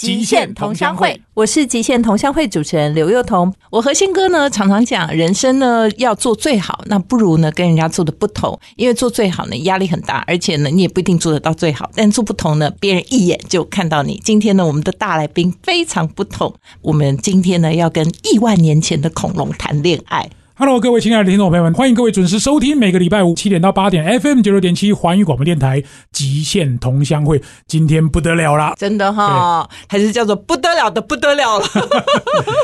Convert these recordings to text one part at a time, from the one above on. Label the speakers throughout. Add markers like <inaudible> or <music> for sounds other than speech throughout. Speaker 1: 是极限同乡会主持人刘幼彤。
Speaker 2: 我和宪哥呢，常常讲人生呢要做最好，那不如呢跟人家做的不同，因为做最好呢压力很大，而且呢你也不一定做得到最好，但做不同呢，别人一眼就看到你。今天呢，我们的大来宾非常不同，我们今天呢要跟亿万年前的恐龙谈恋爱。
Speaker 3: Hello，各位亲爱的听众朋友们，欢迎各位准时收听每个礼拜五七点到八点 FM 九六点七环宇广播电台《极限同乡会》。今天不得了啦！
Speaker 2: 真的哈、还是叫做不得了的不得了了。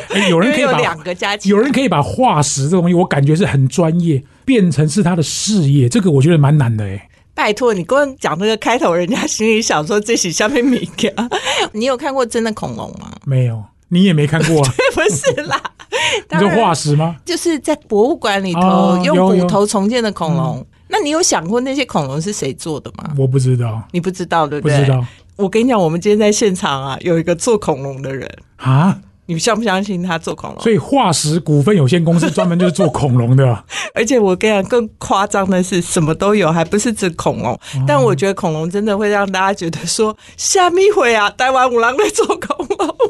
Speaker 3: 哎有人可以
Speaker 2: 因为有
Speaker 3: 把
Speaker 2: 两个加起来
Speaker 3: 有人可以把化石这东西，我感觉是很专业，变成是他的事业，这个我觉得蛮难的哎。
Speaker 2: 拜托，你光讲这个开头，人家心里想说这是下面米啊。 <laughs> 你有看过真的恐龙
Speaker 3: <laughs>
Speaker 2: 吗？
Speaker 3: 没有，你也没看过
Speaker 2: <laughs>
Speaker 3: 啊？
Speaker 2: 不是啦，
Speaker 3: 你
Speaker 2: 当
Speaker 3: 说
Speaker 2: 然
Speaker 3: 化石吗？
Speaker 2: 就是在博物馆里头、
Speaker 3: 哦
Speaker 2: 用
Speaker 3: 有嗯有
Speaker 2: 骨头重建的恐龙。那你有想过那些恐龙是谁做的吗？
Speaker 3: 我不知道，
Speaker 2: 你不知道对
Speaker 3: 不
Speaker 2: 不对？
Speaker 3: 知道
Speaker 2: 我跟你讲，我们今天在现场啊，有一个做恐龙的人，
Speaker 3: 啊。
Speaker 2: 你相不相信他做恐龙？
Speaker 3: 所以化石股份有限公司专门就是做恐龙的 <laughs> 啊
Speaker 2: 而且我跟你讲，更夸张的是，什么都有，还不是只恐
Speaker 3: 哦
Speaker 2: 龙。但我觉得恐龙真的会让大家觉得说，下面会啊，台湾五郎会做恐龙。
Speaker 3: <laughs>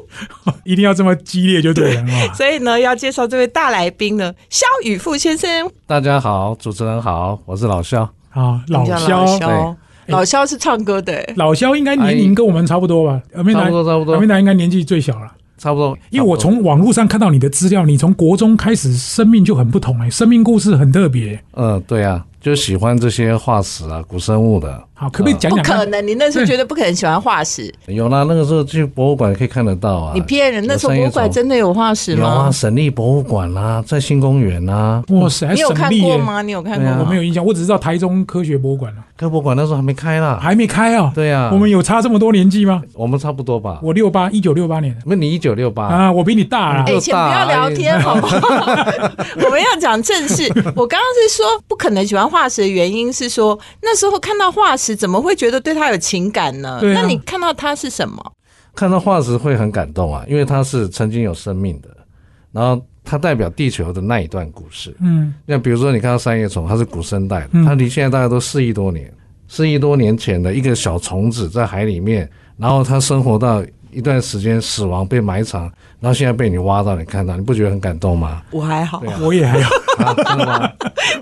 Speaker 3: 一定要这么激烈就对了啊。
Speaker 2: 所以呢，要介绍这位大来宾呢，肖宇富先生。
Speaker 3: 哦
Speaker 4: 大家好，主持人好，我是老肖。
Speaker 3: 啊，老
Speaker 2: 你叫
Speaker 3: 肖，
Speaker 2: 肖，
Speaker 3: 对哎
Speaker 2: 老肖是唱歌的、欸
Speaker 3: 老肖应该年龄跟我们差不多吧？阿美
Speaker 4: 差
Speaker 3: 达
Speaker 4: 不，多，差不
Speaker 3: 阿美
Speaker 4: 多，
Speaker 3: 达应该年纪最小了，
Speaker 4: 差不多。
Speaker 3: 因为我
Speaker 4: 差不多
Speaker 3: 从网络上看到你的资料，你从国中开始，生命就很不同哎、生命故事很特别。
Speaker 4: 嗯，对啊，就喜欢这些化石啊、古生物的。
Speaker 3: 好，可不可以讲
Speaker 2: 不
Speaker 3: 讲看？
Speaker 2: 可能，你那时候绝对不可能喜欢化石，
Speaker 4: 有啦，那个时候去博物馆可以看得到啊。
Speaker 3: 嗯
Speaker 2: 你骗人！
Speaker 4: 有
Speaker 2: 那时
Speaker 3: 哎
Speaker 2: 候博物馆真的有化石
Speaker 4: 有啊，
Speaker 2: 吗？
Speaker 4: 省立博物馆啦、在新公园啊啦、
Speaker 3: 哇塞，还
Speaker 2: 你有
Speaker 3: 省
Speaker 2: 看
Speaker 3: 力
Speaker 2: 过
Speaker 3: 耶、
Speaker 2: 吗？你有看过
Speaker 4: 对啊
Speaker 3: 我
Speaker 2: 吗？
Speaker 3: 没有印象，我只知道台中科学博物馆了、
Speaker 4: 科博馆那时候还没开啦。
Speaker 3: 还没开啊。
Speaker 4: 对啊，
Speaker 3: 我们有差这么多年纪吗？
Speaker 4: 我们差不多吧。
Speaker 3: 我六八，一九六八年的
Speaker 4: 那你一九六八，
Speaker 3: 啊，我比你大啦。
Speaker 2: 哎，
Speaker 4: 就
Speaker 2: 请不
Speaker 4: 大
Speaker 2: 要聊天好
Speaker 4: <laughs>
Speaker 2: 不好？我们要讲正事。我刚刚是说不可能喜欢化石的原因是说那时候看到化石怎么会觉得对它有情感呢？
Speaker 3: 对啊
Speaker 2: 那你看到它是什么？
Speaker 4: 看到化石会很感动啊，因为它是曾经有生命的，然后它代表地球的那一段故事。
Speaker 3: 嗯，
Speaker 4: 那比如说，你看到三叶虫，它是古生代的，
Speaker 3: 嗯
Speaker 4: 它离现在大概都四亿多年，四亿多年前的一个小虫子在海里面，然后它生活到一段时间死亡被埋藏，然后现在被你挖到，你看到，你不觉得很感
Speaker 2: <laughs>
Speaker 4: 动吗？
Speaker 2: 我还好
Speaker 4: 对，啊
Speaker 3: 我也还好。
Speaker 4: 啊，真的
Speaker 2: <laughs>
Speaker 4: 吗？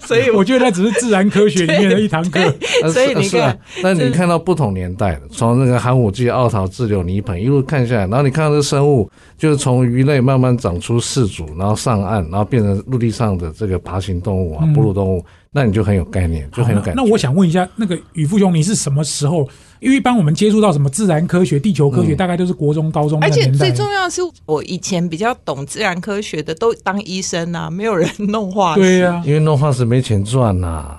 Speaker 2: 所
Speaker 3: <laughs>
Speaker 2: 以
Speaker 3: 我
Speaker 2: 我
Speaker 3: 觉得那只是自然科学里面的一堂课。
Speaker 4: 呃
Speaker 2: 所以
Speaker 4: 是
Speaker 2: 你
Speaker 4: 是啊
Speaker 2: 看，
Speaker 4: 那你看到不同年代的，从那个寒武纪、奥陶志留、泥盆一路看下来，然后你看到这生物，就是从鱼类慢慢长出四足，然后上岸，然后变成陆地上的这个爬行动物
Speaker 2: 嗯
Speaker 4: 啊、哺乳动物，那你就很有概念，就很有
Speaker 3: 好
Speaker 4: 感
Speaker 3: 那
Speaker 4: 觉。
Speaker 3: 那我想问一下，那个宇父兄，你是什么时候？因为一般我们接触到什么自然科学、地球科
Speaker 4: 嗯
Speaker 3: 学，大概都是国中、高中那
Speaker 2: 而且
Speaker 3: 年代
Speaker 2: 最。重要的是，我以前比较懂自然科学的都当医生啊，没有人弄化石。
Speaker 3: 对呀，
Speaker 4: 因为弄化石没钱赚呐、
Speaker 2: 哦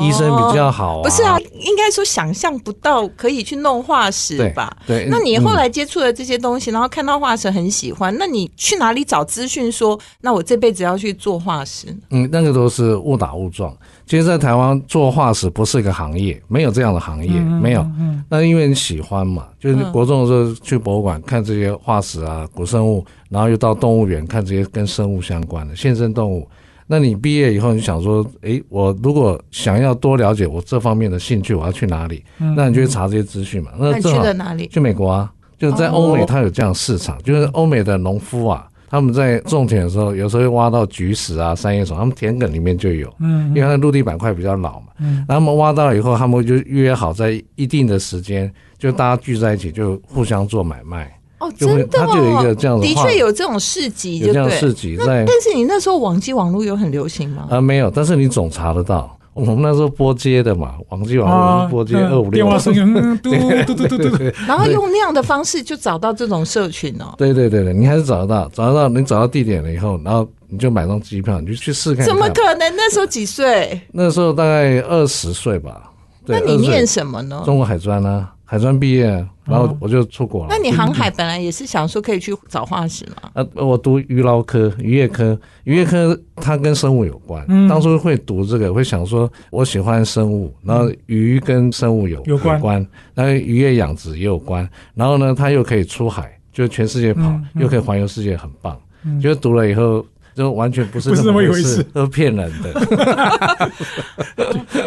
Speaker 4: 医生比较好、啊。
Speaker 2: 不是啊，，应该说想象不到可以去弄化石
Speaker 4: 对
Speaker 2: 吧？
Speaker 4: 对
Speaker 2: 那你
Speaker 4: 嗯
Speaker 2: 后来接触了这些东西，然后看到化石很喜欢，那你去哪里找资讯说，那我这辈子要去做化石呢？
Speaker 4: 嗯，那个都是误打误撞。其实，在台湾做化石不是一个行业，没有这样的行业，
Speaker 2: 嗯
Speaker 4: 没有。那因为你喜欢嘛，就是国中的时候去博物馆看这些化石啊、古生物，然后又到动物园看这些跟生物相关的现生动物。那你毕业以后，你想说，诶，我如果想要多了解我这方面的兴趣，我要去哪里？那你就会查这些资讯嘛。
Speaker 2: 嗯那
Speaker 4: 那
Speaker 2: 你
Speaker 4: 正
Speaker 2: 去
Speaker 4: 好
Speaker 2: 了哪里？
Speaker 4: 去美国啊，就
Speaker 3: 哦
Speaker 4: 在欧美，它有这样的市场，就是欧美的农夫啊，他们在种田的时候，有时候会挖到菊石啊、三叶虫，他们田埂里面就有，
Speaker 3: 嗯
Speaker 4: 因为它的陆地板块比较老嘛。然后他们挖到以后，他们就约好在一定的时间，就大家聚在一起，就互相做买卖，
Speaker 2: 哦，
Speaker 4: 就会
Speaker 2: 真的
Speaker 4: 它就有一
Speaker 2: 哦
Speaker 4: 个，这样的
Speaker 2: 的
Speaker 4: 话
Speaker 2: 确有这种市集，
Speaker 4: 有
Speaker 2: 就
Speaker 4: 这样的市
Speaker 2: 对。
Speaker 4: 集
Speaker 2: 那
Speaker 4: 在
Speaker 2: 但是你那时候网际网络有很流行吗？
Speaker 4: 啊没有，但是你总查得到。我们那时候拨接的嘛，网际网络拨接
Speaker 3: 那
Speaker 4: 啊二五六
Speaker 3: 啊嗯电话声音，嗯
Speaker 4: <laughs>
Speaker 3: 嘟嘟嘟嘟嘟嘟。
Speaker 2: 然后用那样的方式就找到这种社群哦，
Speaker 4: 对对对对，你还是找得到，找得到，你找到地点了以后，然后你就买张机票，你就去试看看。
Speaker 2: 怎么可能？那时候几岁？
Speaker 4: 那时候大概二十岁吧。对
Speaker 2: 那你念
Speaker 4: 20岁
Speaker 2: 什么呢？
Speaker 4: 中国海专啊，海专毕业，然后我就出国了。
Speaker 2: 那你航海本来也是想说可以去找化石嘛？
Speaker 4: 啊，我读鱼捞科、渔业科，渔业科它跟生物有关。
Speaker 3: 嗯
Speaker 4: 当初会读这个，会想说我喜欢生物，然后鱼跟生物有
Speaker 3: 有关
Speaker 4: 然后渔业养殖也有关，然后呢，它又可以出海，就全世界跑，
Speaker 3: 嗯嗯
Speaker 4: 又可以环游世界，很棒。就读了以后就完全不是
Speaker 3: 不是
Speaker 4: 那
Speaker 3: 那么一回
Speaker 4: 事
Speaker 3: 事，
Speaker 4: 都是骗人的。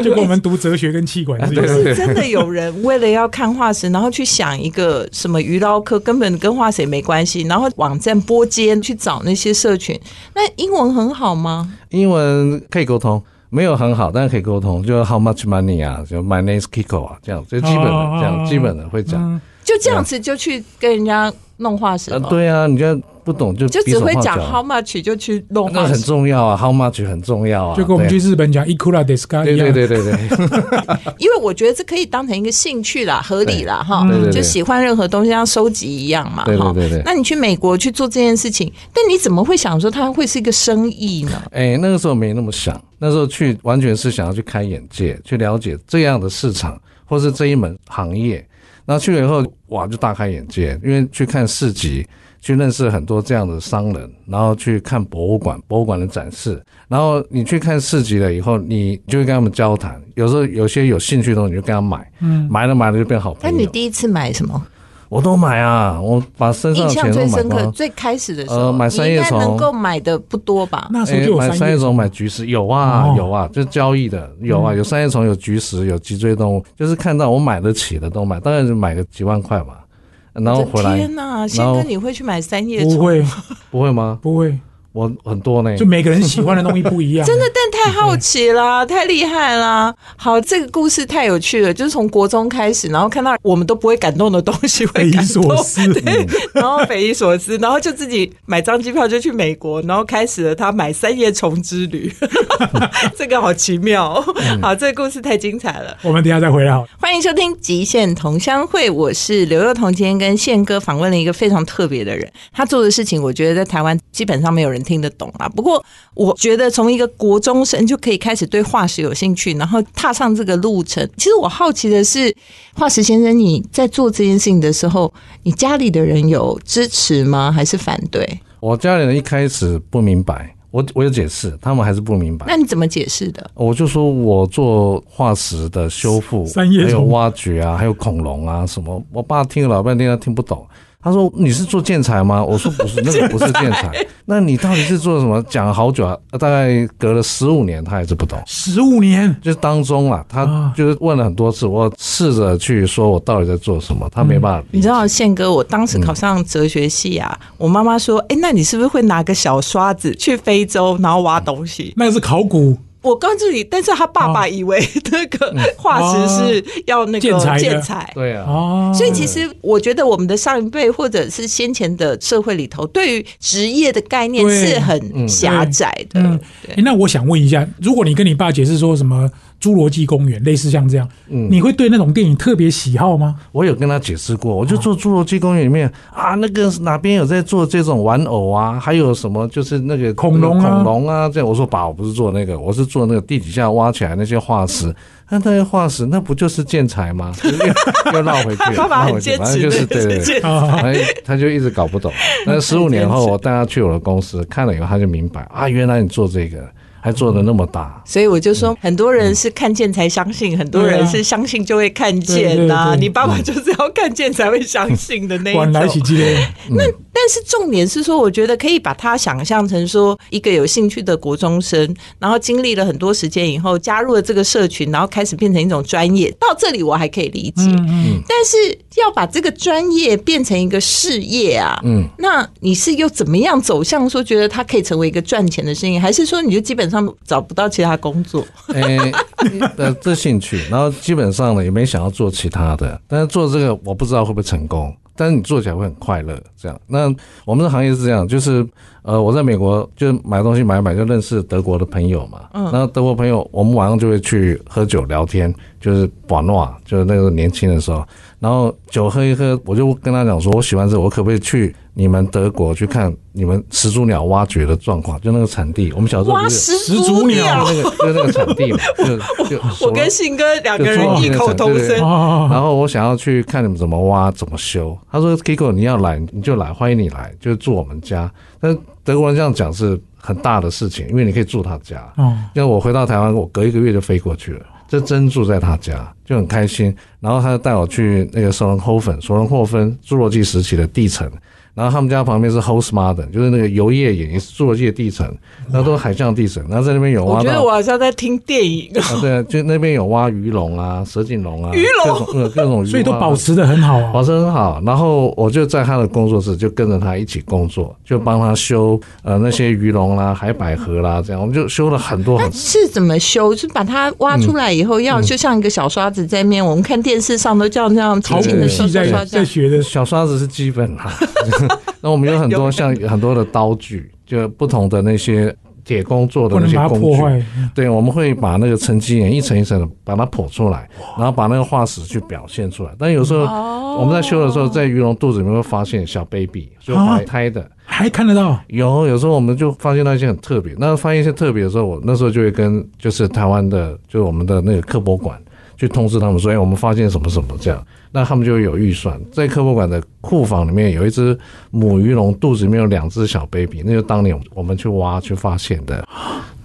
Speaker 3: 就跟我们读哲学跟气管是一
Speaker 4: 对
Speaker 3: 样。
Speaker 4: 对对
Speaker 2: 是真的有人为了要看化石，然后去想一个什么鱼捞科，根本跟化石也没关系，然后网站拨接去找那些社群。那英文很好吗？
Speaker 4: 英文可以沟通，没有很好，但是可以沟通。就 How much money 啊，就 My name's Kiko 啊，这样最基本的，
Speaker 3: 哦
Speaker 4: 这样基本的会讲。
Speaker 3: 嗯，
Speaker 2: 就这样子就去跟人家弄化石
Speaker 4: 呃，
Speaker 2: 吗？，
Speaker 4: 对啊，你就不懂就
Speaker 2: 就
Speaker 4: 比
Speaker 2: 只
Speaker 4: 手
Speaker 2: 会
Speaker 4: 画
Speaker 2: 讲
Speaker 4: 脚
Speaker 2: how，much 就去弄
Speaker 4: 那
Speaker 2: 化
Speaker 4: 很
Speaker 2: 石。
Speaker 4: 重要啊，How much 很重要啊，
Speaker 3: 就跟我们去
Speaker 4: 对
Speaker 3: 日本讲 “ikura d e s k a
Speaker 4: 对对对对对，
Speaker 2: 因为我觉得这可以当成一个兴趣啦，合理啦，哈
Speaker 4: 对对，对
Speaker 2: 就喜欢任何东西像收集一样嘛，
Speaker 4: 对对
Speaker 2: 哈
Speaker 4: 对对。
Speaker 2: 那你去美国去做这件事情，但你怎么会想说它会是一个生意呢？
Speaker 4: 哎，那个时候没那么想，那时候去完全是想要去开眼界，去了解这样的市场或
Speaker 2: 嗯
Speaker 4: 是这一门行业。然后去了以后，哇，就大开眼界，因为去看市集，去认识很多这样的商人，然后去看博物馆，博物馆的展示。然后你去看市集了以后，你就会跟他们交谈。有时候有些有兴趣的东西，你就跟他买，嗯，买了买了就变好朋
Speaker 2: 那
Speaker 4: 友。
Speaker 2: 你第一次买什么？
Speaker 4: 我都买啊，我把身上
Speaker 2: 印
Speaker 4: 的钱
Speaker 2: 象
Speaker 4: 都
Speaker 2: 最
Speaker 4: 买
Speaker 2: 深刻
Speaker 4: 光，。
Speaker 2: 最开始的时候，
Speaker 4: 呃买三
Speaker 2: 你
Speaker 4: 叶
Speaker 2: 应该
Speaker 4: 虫
Speaker 2: 能够买的不多吧？
Speaker 3: 那时候
Speaker 4: 哎，
Speaker 3: 就有
Speaker 4: 买
Speaker 3: 三
Speaker 4: 叶
Speaker 3: 叶
Speaker 4: 虫，买菊石，有啊、
Speaker 3: 哦嗯
Speaker 4: 有啊，就交易的有啊，有三叶虫，有菊石，有脊椎动物，就是看到我买得起的都买，当然就买个几万块嘛，然后
Speaker 2: 我
Speaker 4: 回
Speaker 2: 的
Speaker 4: 来
Speaker 2: 天哪，宪
Speaker 4: 后
Speaker 2: 哥你会去买三叶
Speaker 3: 不
Speaker 2: 虫？
Speaker 3: 会
Speaker 4: 不会吗？
Speaker 3: 不会，
Speaker 4: 我很多呢，
Speaker 3: 就每个人喜欢的东西不一样。
Speaker 2: <laughs> 真的，但太好奇
Speaker 4: <laughs>
Speaker 2: 啦，太厉害啦！好，这个故事太有趣了，就是从国中开始，然后看到我们都不会感动的东西，
Speaker 3: 匪
Speaker 2: 会
Speaker 3: 夷
Speaker 2: 感
Speaker 3: 所
Speaker 2: 动，
Speaker 3: 思，
Speaker 2: 然后匪夷所思，然后就自己买张机票就去美国，然后开始了他买三叶虫之旅， <laughs> 这个好奇妙、哦。
Speaker 4: 嗯
Speaker 2: 好，这个故事太精彩了。
Speaker 3: 我们等一下再回来好了。
Speaker 2: 欢迎收听《极限同乡会》，我是刘幼彤。今天跟宪哥访问了一个非常特别的人，他做的事情，我觉得在台湾基本上没有人听得懂啊啦。不过，我觉得从一个国中生就可以开始对化石有兴趣，然后踏上这个路程。其实我好奇的是，化石先生，你在做这件事情的时候，你家里的人有支持吗？还是反对？
Speaker 4: 我家里人一开始不明白，我我有解释，他们还是不明白。
Speaker 2: 那你怎么解释的？
Speaker 4: 哦我就说我做化石的修复，
Speaker 3: 三叶虫
Speaker 4: 还有挖掘啊，还有恐龙啊什么。我爸听了老半天，他听不懂。他说：“你是做建材吗？”我说：“不是，那个不是建材。
Speaker 3: <laughs>
Speaker 4: 那你到底是做什么？”讲了好久啊，大概隔了十五年，他还是不懂。
Speaker 3: 十五年，
Speaker 4: 就是当中啊，他
Speaker 3: 啊
Speaker 4: 就是问了很多次，我试着去说我到底在做什么，他没办法理解。
Speaker 2: 你知道宪哥，我当时考上哲学系啊，我妈妈说：“哎、那你是不是会拿个小刷子去非洲，然后挖东西
Speaker 3: 那个是考古，？”
Speaker 2: 我告诉你，但是他爸爸以为那个 <laughs> 化石是要那个
Speaker 3: 嗯哦建材的
Speaker 2: 建材。
Speaker 4: 对啊，
Speaker 3: 哦，
Speaker 2: 所以其实我觉得我们的上一辈或者是先前的社会里头，对于职业的概念
Speaker 3: 对
Speaker 2: 是很狭窄的。
Speaker 3: 嗯
Speaker 2: 对，
Speaker 3: 诶那我想问一下，如果你跟你爸解释说什么侏罗纪公园类似像这样，
Speaker 4: 嗯
Speaker 3: 你会对那种电影特别喜好吗？
Speaker 4: 我有跟他解释过，我
Speaker 3: 哦
Speaker 4: 就做侏罗纪公园里面啊，那个哪边有在做这种玩偶啊，还有什么就是那个
Speaker 3: 恐龙啊
Speaker 4: 恐龙啊这样。我说爸，我不是做那个，我是做那个地底下挖起来那些化石。那那些化石，那不就是建材吗？ <laughs> 又又绕回去，
Speaker 2: 爸爸
Speaker 4: 绕
Speaker 2: 很
Speaker 4: 回去
Speaker 2: 坚
Speaker 4: 反正
Speaker 2: 持
Speaker 4: 就是
Speaker 2: 的，
Speaker 4: 对对对。
Speaker 2: 坚持
Speaker 3: 啊，
Speaker 4: 哎，他就一直
Speaker 2: <laughs>
Speaker 4: 搞不懂。那十五年后，我带他去我的公司看了以后，他就明白啊，原来你做这个还做的那么大。
Speaker 2: 所以我就说，很多人是看见才相信，很多人是相信就会看见呐、
Speaker 3: 对啊对对对
Speaker 2: 你爸爸就是要看见才会相信的
Speaker 3: <laughs>
Speaker 2: 那一
Speaker 3: 晚来
Speaker 2: 种
Speaker 3: 起。鸡嘞，
Speaker 2: 但是重点是说，我觉得可以把它想象成说，一个有兴趣的国中生，然后经历了很多时间以后，加入了这个社群，然后开始变成一种专业。到这里我还可以理解，
Speaker 3: 嗯
Speaker 2: 但是要把这个专业变成一个事业啊，
Speaker 4: 嗯，
Speaker 2: 那你是又怎么样走向说觉得它可以成为一个赚钱的生意，还是说你就基本上找不到其他工作？
Speaker 4: 诶，呃，这兴趣，然后基本上呢也没想要做其他的，但是做这个我不知道会不会成功，但是你做起来会很快乐，这样。那我们的行业是这样，就是呃，我在美国就买东西买一买就认识德国的朋友嘛，嗯，那德国朋友我们晚上就会去喝酒聊天，就是玩闹，就是那个年轻的时候，然后酒喝一喝，我就跟他讲说，我喜欢这个，我可不可以去你们德国去看你们始祖鸟挖掘的状况，就那个产地，我们小时候
Speaker 2: 挖
Speaker 4: 不是。
Speaker 2: 始祖鸟
Speaker 4: 就那个就是那个场地嘛，就就
Speaker 2: <laughs> 我跟信哥两个人异口同
Speaker 4: 就
Speaker 2: 声
Speaker 4: 是
Speaker 3: 哦，。哦
Speaker 4: 然后我想要去看你们怎么挖、怎么修。他说：“Kiko，你要来你就来，欢迎你来，就是住我们家。”但是德国人这样讲是很大的事情，因为你可以住他家。
Speaker 3: 哦，
Speaker 4: 因为我回到台湾，我隔一个月就飞过去了，就真住在他家，就很开心。然后他就带我去那个索伦霍芬，索伦霍芬侏罗纪时期的地层，然后他们家旁边是 Host Modern，就是那个油业也是作业地层，那都是海象地层，然后在那边有
Speaker 2: 我
Speaker 4: 挖
Speaker 2: 觉得
Speaker 4: 到
Speaker 2: 我好像在听电影，
Speaker 4: 啊，对啊，就那边有挖鱼龙啊、蛇颈龙啊，
Speaker 2: 鱼龙
Speaker 4: 各种呃各种鱼，
Speaker 3: 所以都保。持的很好啊。
Speaker 4: 保持很好，然后我就在他的工作室，就跟着他一起工作，就帮他修呃那些鱼龙啦、海百合啦，这样我们就修了很多很
Speaker 2: 那是怎么修？是把它挖出来以后，
Speaker 4: 嗯
Speaker 2: 要就像一个小刷子在面。我们看电视上都叫那样
Speaker 3: 考
Speaker 2: 轻轻
Speaker 3: 古
Speaker 2: 的
Speaker 4: 对
Speaker 2: 刷
Speaker 3: 系
Speaker 2: 刷
Speaker 3: 在
Speaker 2: 刷这
Speaker 3: 在
Speaker 2: 样。
Speaker 3: 学的，
Speaker 4: 小刷子是基本啦。 <laughs> 那我们有很多像很多的刀具，就不同的那些铁工做
Speaker 3: 不
Speaker 4: 的那
Speaker 3: 能
Speaker 4: 些
Speaker 3: 把它
Speaker 4: 工
Speaker 3: 破
Speaker 4: 具。
Speaker 3: 坏。嗯
Speaker 4: 对，我们会把那个沉积岩一层一层的把它剖出来，然后把那个化石去表现出来。但有时候
Speaker 3: 哦
Speaker 4: 我们在修的时候，在鱼龙肚子里面会发现小 baby，就
Speaker 3: 啊
Speaker 4: 怀胎的。
Speaker 3: 还看得到，
Speaker 4: 有有时候我们就发现到一些很特别。那发现一些特别的时候，我那时候就会跟就是台湾的，就是我们的那个科博馆去通知他们说，哎，我们发现什么什么这样。那他们就会有预算，在科博馆的库房里面有一只母鱼龙，肚子里面有两只小 baby，那就当年我们去挖去发现的。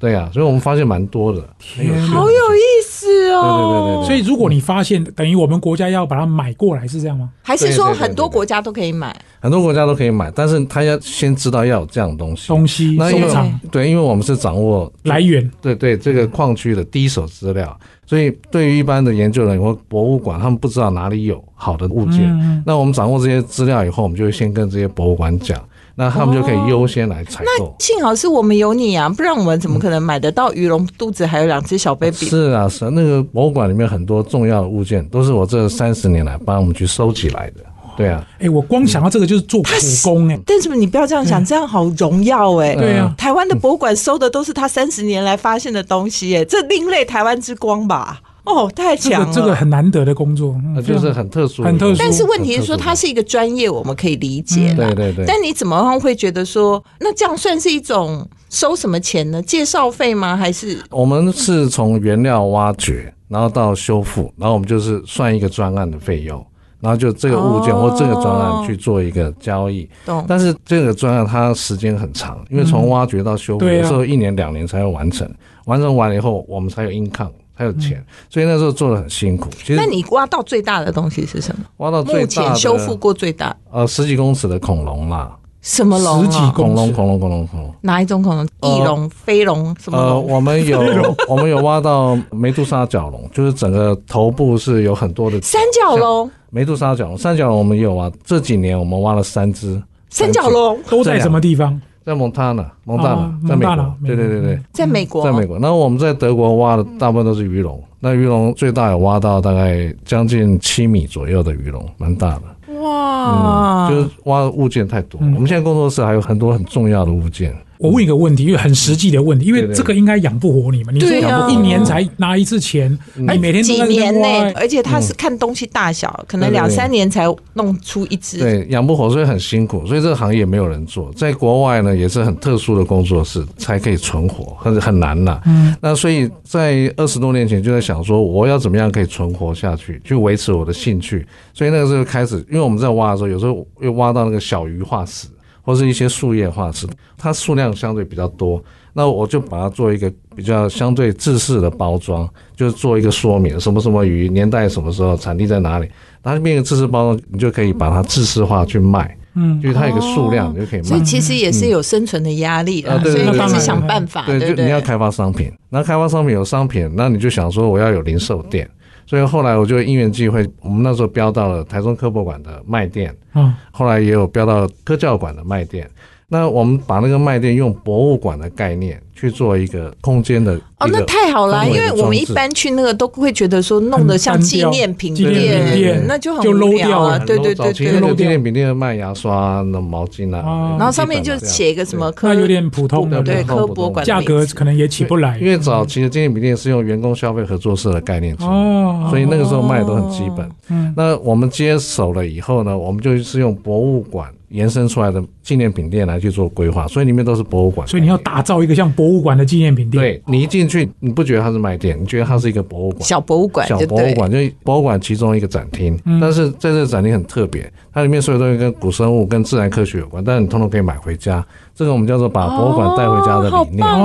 Speaker 4: 对呀、所以我们发现蛮多的，很有趣
Speaker 2: 好有意思哦！
Speaker 4: 对对对对对嗯
Speaker 3: 所以如果你发现，等于我们国家要把它买过来，是这样吗？
Speaker 2: 还是
Speaker 4: 对
Speaker 2: 说
Speaker 4: 对对
Speaker 2: 很多
Speaker 4: 对对
Speaker 2: 国家都可以买？
Speaker 4: 很多国家都可以买，但是他要先知道要有这样的东西。
Speaker 3: 东西
Speaker 4: 那因
Speaker 3: 收
Speaker 4: 为
Speaker 3: 藏
Speaker 4: 对，因为我们是掌握
Speaker 3: 来源，
Speaker 4: 对对，这个矿区的第一手资料，所以对于一般的研究人员或博物馆，他们不知道哪里有好的物件。
Speaker 3: 嗯
Speaker 4: 那我们掌握这些资料以后，我们就会先跟这些博物馆讲，那他们就可以优先来采购。
Speaker 2: 幸好是我们有你啊，不然我们怎么可能买得到鱼龙肚子还有两只小 baby？
Speaker 4: 是啊，是啊，那个博物馆里面很多重要的物件都是我这三十年来帮我们去收集来的。对啊，
Speaker 3: 哎，我光想到这个就是做苦工
Speaker 4: 嗯
Speaker 3: 哎，
Speaker 2: 但是你不要这样想，这样好荣耀哎、
Speaker 3: 对啊
Speaker 2: 台湾的博物馆收的都是他三十年来发现的东西、哎，这另类台湾之光吧？哦，太
Speaker 3: 这
Speaker 2: 强
Speaker 3: 个
Speaker 2: 了！
Speaker 3: 这个很难得的工作，嗯
Speaker 4: 那啊就是很特殊的
Speaker 3: 很
Speaker 4: 东
Speaker 3: 特
Speaker 4: 西，
Speaker 3: 殊
Speaker 2: 但是问题是说，
Speaker 4: 很特殊的嗯
Speaker 2: 它是一个专业，我们可以理解啦。
Speaker 4: 对对对
Speaker 2: 但你怎么样会觉得说，那这样算是一种收什么钱呢？介绍费吗？还是
Speaker 4: 我们是从原料挖掘，然后到修复，然后我们就是算一个专案的费用，然后就这个物件
Speaker 2: 哦
Speaker 4: 或这个专案去做一个交易。
Speaker 2: 懂？
Speaker 4: 但是这个专案它时间很长，因为从挖掘到修复，
Speaker 3: 对啊
Speaker 4: 有时候一年两年才会完成，完成完了以后我们才有 income。才有钱，
Speaker 3: 嗯
Speaker 4: 所以那时候做的很辛苦。其实
Speaker 2: 那你挖到最大的东西是什么？
Speaker 4: 挖到最
Speaker 2: 目
Speaker 4: 大
Speaker 2: 前
Speaker 4: 的
Speaker 2: 修复过最大
Speaker 4: 呃十几公尺的恐龙啦，
Speaker 2: 什么龙、啊？
Speaker 3: 十几公
Speaker 4: 恐龙
Speaker 3: 尺
Speaker 4: 恐龙恐龙恐龙。
Speaker 2: 哪一种恐龙？翼龙、飞龙什么
Speaker 4: 呃，
Speaker 2: 龙？
Speaker 4: 我
Speaker 3: <laughs>
Speaker 4: 们有我们有挖到梅杜莎角龙，就是整个头部是有很多的
Speaker 2: 三角龙、
Speaker 4: 梅杜莎角龙，三角龙我们也有挖，这几年我们挖了三只
Speaker 2: 三角，龙
Speaker 3: 都在什么地方？
Speaker 4: 只在蒙塔纳，蒙大拿
Speaker 3: 哦，
Speaker 4: 在美
Speaker 3: 蒙大拿
Speaker 4: 国，对对对
Speaker 3: 美
Speaker 4: 对，
Speaker 2: 在美国，
Speaker 4: 嗯在美国。那我们在德国挖的大部分都是鱼龙，那鱼龙最大有挖到大概将近七米左右的鱼龙，蛮大的。
Speaker 2: 哇，
Speaker 4: 就是挖的物件太多，
Speaker 3: 嗯
Speaker 4: 我们现在工作室还有很多很重要的物件，
Speaker 3: 我问一个问题，因为很实际的
Speaker 4: 嗯
Speaker 3: 问题，因为这个应该养不活你们，你说
Speaker 2: 对
Speaker 3: 养
Speaker 2: 啊
Speaker 3: 不一年才拿一次钱，
Speaker 4: 嗯
Speaker 3: 你每天都
Speaker 2: 几
Speaker 3: 在那
Speaker 2: 年
Speaker 3: 边
Speaker 2: 内、
Speaker 3: 挖，
Speaker 2: 而且它是看东西大小，可能
Speaker 4: 对对
Speaker 2: 两
Speaker 4: 对
Speaker 2: 三年才弄出一只。
Speaker 4: 对，养不活，所以很辛苦，所以这个行业没有人做，在国外呢也是很特殊的工作室才可以存活，很很难呐、嗯，那所以在二十多年前就在想说，我要怎么样可以存活下去，去维持我的兴趣。所以那个时候开始，因为我们在挖的时候，有时候又挖到那个小鱼化石或是一些树叶化石，它数量相对比较多。那我就把它做一个比较相对制式的包装，就是做一个说明，什么什么鱼，年代什么时候，产地在哪里，它变一个制式包装，你就可以把它制式化去卖，
Speaker 3: 嗯，
Speaker 4: 就是它有一个
Speaker 2: 哦
Speaker 4: 数量，你就可以
Speaker 2: 所
Speaker 4: 卖
Speaker 2: 以。其实也是有生存的压力啦，
Speaker 4: 嗯啊对
Speaker 2: 所以
Speaker 4: 对对
Speaker 2: 开始
Speaker 4: 对
Speaker 2: 想办法，对
Speaker 4: 就
Speaker 2: 不对？
Speaker 4: 你要开发商品，那开发商品有商品，那你就想说我要有零售店，所以后来我就因缘际会，我们那时候标到了台中科博馆的卖店，
Speaker 3: 啊，
Speaker 4: 后来也有标到科教馆的卖店。那我们把那个卖店用博物馆的概念去做一个空间的
Speaker 2: 哦，
Speaker 4: 一个
Speaker 2: 那太好啦！
Speaker 4: 氛围
Speaker 2: 因
Speaker 4: 的
Speaker 2: 为我们一般去那个都会觉得说弄得像
Speaker 3: 很单
Speaker 2: 纪
Speaker 3: 调
Speaker 2: 念品
Speaker 3: 纪念品
Speaker 4: 店
Speaker 2: 那就很
Speaker 3: 就
Speaker 2: 无
Speaker 3: low
Speaker 2: 聊
Speaker 3: 掉了
Speaker 2: 啊！对对
Speaker 4: 早
Speaker 2: 对
Speaker 4: 期
Speaker 2: 对
Speaker 4: 那
Speaker 3: 漏
Speaker 4: 个
Speaker 3: 掉
Speaker 4: 纪念品店卖牙刷、那毛巾
Speaker 3: 哦
Speaker 4: 啊，
Speaker 2: 然后上面
Speaker 4: 基
Speaker 2: 就
Speaker 4: 本的这样
Speaker 2: 写一个什么科
Speaker 3: 那有点普通的，
Speaker 2: 对
Speaker 4: 普通
Speaker 2: 科博馆的
Speaker 3: 价格
Speaker 2: 名字
Speaker 3: 可能也起不来
Speaker 4: 因为早期的纪念品店是用员工消费合作社的概念经营，
Speaker 3: 哦，嗯
Speaker 4: 所以那个时候卖的都很基本。那我们接手了以后呢，我们就是用博物馆延伸出来的纪念品店来去做规划，所以里面都是博物馆。
Speaker 3: 所以你要。打造一个像博物馆的纪念品店，
Speaker 4: 对你一进去，你不觉得它是卖店，你觉得它是一个博物馆。
Speaker 2: 小博物馆，
Speaker 4: 小
Speaker 2: 对不
Speaker 4: 博物
Speaker 2: 对？
Speaker 4: 馆，就博物馆其中一个展厅，
Speaker 3: 嗯
Speaker 4: 但是在这个展厅很特别，它里面所有东西跟古生物、跟自然科学有关，但是你通通可以买回家。这个我们叫做把博物馆带回家的理
Speaker 2: 哦
Speaker 4: 念。
Speaker 2: 好棒